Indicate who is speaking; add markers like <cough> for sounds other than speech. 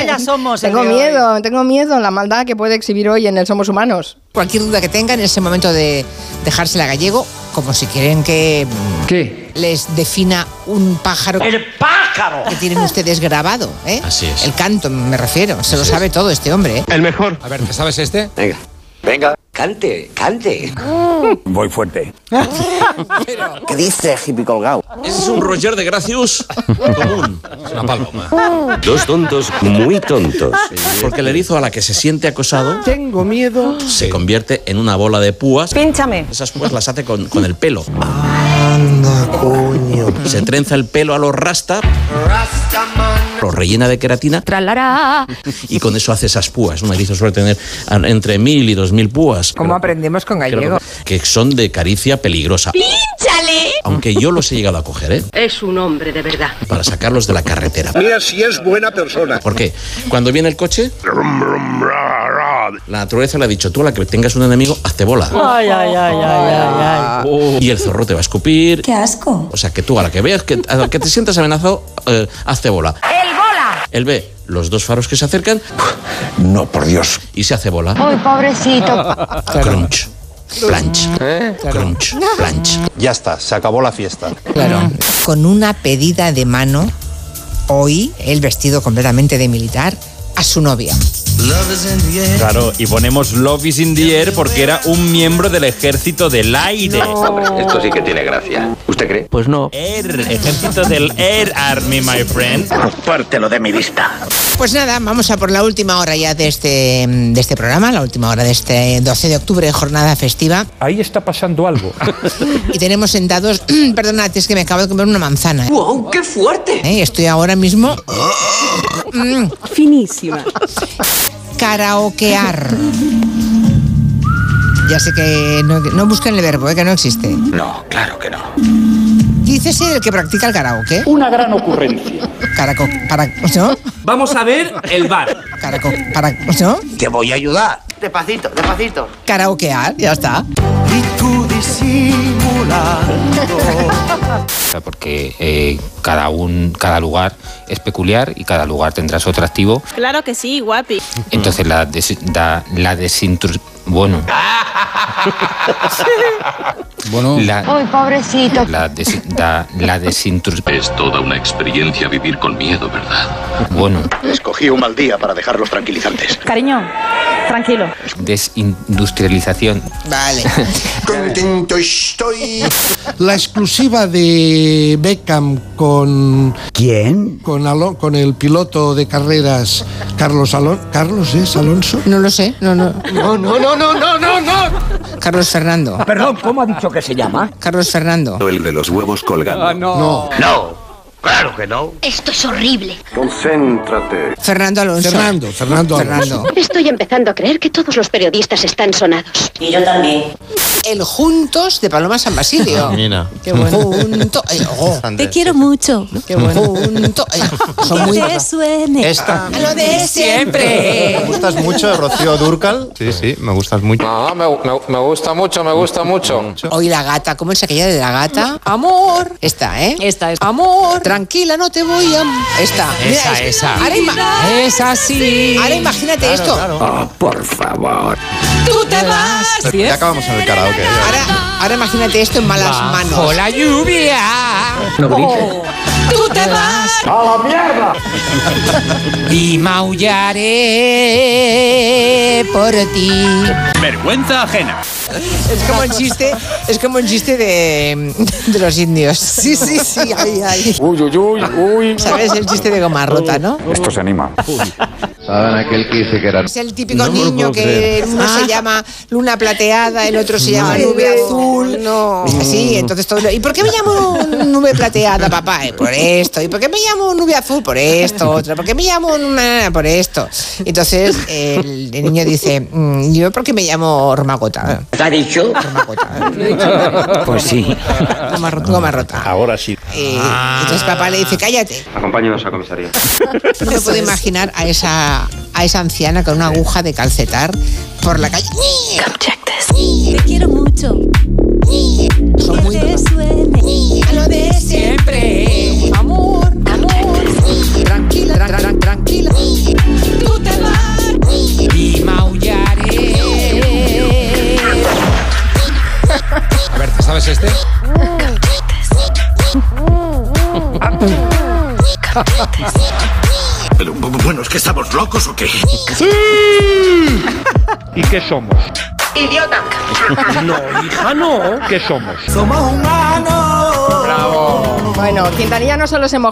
Speaker 1: <laughs>
Speaker 2: ya somos. el
Speaker 1: Tengo
Speaker 2: de hoy.
Speaker 1: miedo, tengo miedo la maldad que puede exhibir hoy en el Somos Humanos.
Speaker 3: Cualquier duda que tengan en ese momento de dejársela a gallego, como si quieren que mm,
Speaker 4: ¿Qué?
Speaker 3: les defina un pájaro que
Speaker 2: ¡El pájaro!
Speaker 3: tienen ustedes grabado, ¿eh?
Speaker 5: Así es.
Speaker 3: El canto, me refiero. Se lo sabe todo este hombre, ¿eh?
Speaker 6: El mejor.
Speaker 5: A ver, ¿te sabes este?
Speaker 7: Venga. Venga. Cante, cante. Mm. Voy fuerte. ¿Qué dice, hippie colgado?
Speaker 5: Ese es un Roger de Gracius común. Es una paloma.
Speaker 7: Dos tontos muy tontos.
Speaker 5: Porque el erizo a la que se siente acosado
Speaker 4: Tengo miedo.
Speaker 5: se convierte en una bola de púas.
Speaker 2: Pínchame.
Speaker 5: Esas púas las hace con, con el pelo. Anda, coño. Se trenza el pelo a los rasta. Lo rellena de queratina. Y con eso hace esas púas. Un erizo suele tener a- entre mil y dos mil púas.
Speaker 3: ¿Cómo
Speaker 5: Creo-
Speaker 3: aprendemos con
Speaker 5: creo
Speaker 3: gallego?
Speaker 5: Que que son de caricia peligrosa. Aunque yo los he llegado a coger, ¿eh?
Speaker 8: Es un hombre de verdad.
Speaker 5: Para sacarlos de la carretera.
Speaker 6: Mira si es buena persona.
Speaker 5: ¿Por qué? Cuando viene el coche, la naturaleza le ha dicho, tú a la que tengas un enemigo, hazte bola.
Speaker 2: Ay, ay, ay, ay, ay, ay.
Speaker 5: Y el zorro te va a escupir.
Speaker 9: ¡Qué asco!
Speaker 5: O sea, que tú a la que veas que, a la que te sientas amenazado, eh, hazte bola. ¡El bola! Él ve los dos faros que se acercan
Speaker 7: No, por Dios.
Speaker 5: y se hace bola.
Speaker 8: Uy, pobrecito.
Speaker 5: Crunch. Planch. Crunch. Planch.
Speaker 6: Ya está, se acabó la fiesta.
Speaker 3: Claro. Con una pedida de mano, hoy, él vestido completamente de militar, a su novia.
Speaker 10: <laughs> Claro, y ponemos Love is in the air porque era un miembro del ejército del aire.
Speaker 7: Esto sí que tiene gracia. ¿Usted cree?
Speaker 5: Pues no.
Speaker 10: Air, ejército del Air Army, my friend.
Speaker 7: Pártelo de mi vista.
Speaker 3: Pues nada, vamos a por la última hora ya de este, de este programa, la última hora de este 12 de octubre, jornada festiva.
Speaker 10: Ahí está pasando algo.
Speaker 3: <laughs> Y tenemos sentados, <clears throat> perdona, es que me acabo de comer una manzana. ¿eh?
Speaker 2: ¡Wow, qué fuerte!
Speaker 3: ¿Eh? Estoy
Speaker 2: <laughs>
Speaker 3: ahora mismo mm,
Speaker 8: Finísima.
Speaker 3: karaokear. Ya sé que no, no busquen el verbo, ¿eh? que no existe.
Speaker 7: No, claro que no.
Speaker 3: Dícese el que practica el karaoke. Una gran ocurrencia. Caraco, para, ¿no?
Speaker 10: Vamos a ver el bar.
Speaker 3: Caraco, para, ¿no?
Speaker 7: Te voy a ayudar.
Speaker 2: Despacito, despacito.
Speaker 3: Karaokear, ya está.
Speaker 11: porque eh, cada, un, cada lugar es peculiar y cada lugar tendrá su atractivo.
Speaker 9: Claro que sí, guapi.
Speaker 11: Entonces la, des- da- la desintru- Bueno,
Speaker 4: Bueno,
Speaker 11: la,
Speaker 8: Uy, pobrecito.
Speaker 11: la, des- da- la desintru-
Speaker 7: Es toda una experiencia vivir con miedo, ¿verdad?
Speaker 11: Bueno,
Speaker 6: Escogí un mal día para dejarlos tranquilizantes.
Speaker 9: Cariño, tranquilo.
Speaker 11: desindustrialización.
Speaker 3: Vale.
Speaker 7: <laughs>
Speaker 6: Contento estoy.
Speaker 4: la exclusiva de Beckham con
Speaker 7: ¿Quién?
Speaker 4: con, Alo- con el piloto de carreras Carlos Alonso. ¿Carlos es Alonso?
Speaker 3: No lo sé, no, no.
Speaker 4: No, no, no, no, no, no, no.
Speaker 3: Carlos Fernando.
Speaker 7: Perdón, ¿cómo ha dicho que se llama?
Speaker 3: Carlos Fernando.
Speaker 7: El de los huevos colgando.
Speaker 4: No,
Speaker 7: No, claro que no.
Speaker 8: Esto es horrible.
Speaker 6: Concéntrate.
Speaker 3: Fernando Alonso.
Speaker 4: Fernando, Fernando Alonso.
Speaker 3: Fernando.
Speaker 8: Estoy empezando a creer que todos los periodistas están sonados.
Speaker 3: El Juntos de Paloma San
Speaker 6: Ah,
Speaker 3: Basilio.
Speaker 5: Mira.
Speaker 3: Qué bueno. Junto, eh, oh,
Speaker 9: Te quiero mucho.
Speaker 3: qué bueno. Junto, eh, son muy.
Speaker 9: Que suene.
Speaker 3: A lo de siempre.
Speaker 6: gustas mucho, Rocío Durcal? Sí, sí, me gustas mucho.
Speaker 3: Hoy la gata, ¿cómo es aquella de la gata? Amor. Esta, ¿eh? Esta es. Amor. Tranquila, no te voy a. Esta.
Speaker 11: Esa,
Speaker 3: Mira, es-
Speaker 11: esa.
Speaker 3: Ahora, ima-
Speaker 11: Es así.
Speaker 3: ahora imagínate esto.
Speaker 7: Oh, por favor.
Speaker 3: Tú te vas.
Speaker 6: Ya acabamos en el karaoke. ¿eh?
Speaker 3: Ahora, ahora imagínate esto en malas manos.
Speaker 11: la lluvia.
Speaker 3: Tú te vas.
Speaker 11: Y maullaré por ti.
Speaker 10: Vergüenza ajena.
Speaker 3: Es como un chiste, es como un chiste de, de los indios. Sí, sí, sí. Ay, ay.
Speaker 7: Uy, uy, uy, uy.
Speaker 3: ¿Sabes? El chiste de goma rota, ¿no?
Speaker 7: Esto se anima.
Speaker 6: Saben aquel que dice que era.
Speaker 3: Es el típico
Speaker 5: No me lo
Speaker 3: niño
Speaker 5: puedo
Speaker 3: que
Speaker 5: creer.
Speaker 3: uno se llama luna plateada, el otro se llama nube azul. No. Sí, entonces todo. lo- ¿Y por qué me llamo nube plateada, papá? Eh, por esto. ¿Y por qué me llamo nube azul? Por esto. Otro. ¿Por qué me llamo nana? Por esto. Entonces el, el niño dice: mm, Yo, ¿por qué me llamo Romagota?
Speaker 7: ¿Te ha dicho? Pues sí.
Speaker 3: Goma rota. Goma rota.
Speaker 5: Ah.
Speaker 6: Ahora sí.
Speaker 3: Eh, Entonces papá le dice, cállate.
Speaker 7: Acompáñenos a comisaría.
Speaker 3: No me puedo imaginar a esa, a esa anciana con una aguja de calcetar por la calle.
Speaker 9: Te quiero mucho.
Speaker 3: Son muy
Speaker 9: Que suene.
Speaker 3: a lo de siempre. Amor, amor. Tranquila, tran- tran- tranquila.
Speaker 12: ¿Sabes este?
Speaker 10: Pero bu- bueno, es que estamos locos o qué?
Speaker 12: ¿Y qué somos?
Speaker 10: Idiota.
Speaker 12: No, hija, no. ¿Qué somos?
Speaker 1: Bueno, Quintanilla no solo se mojó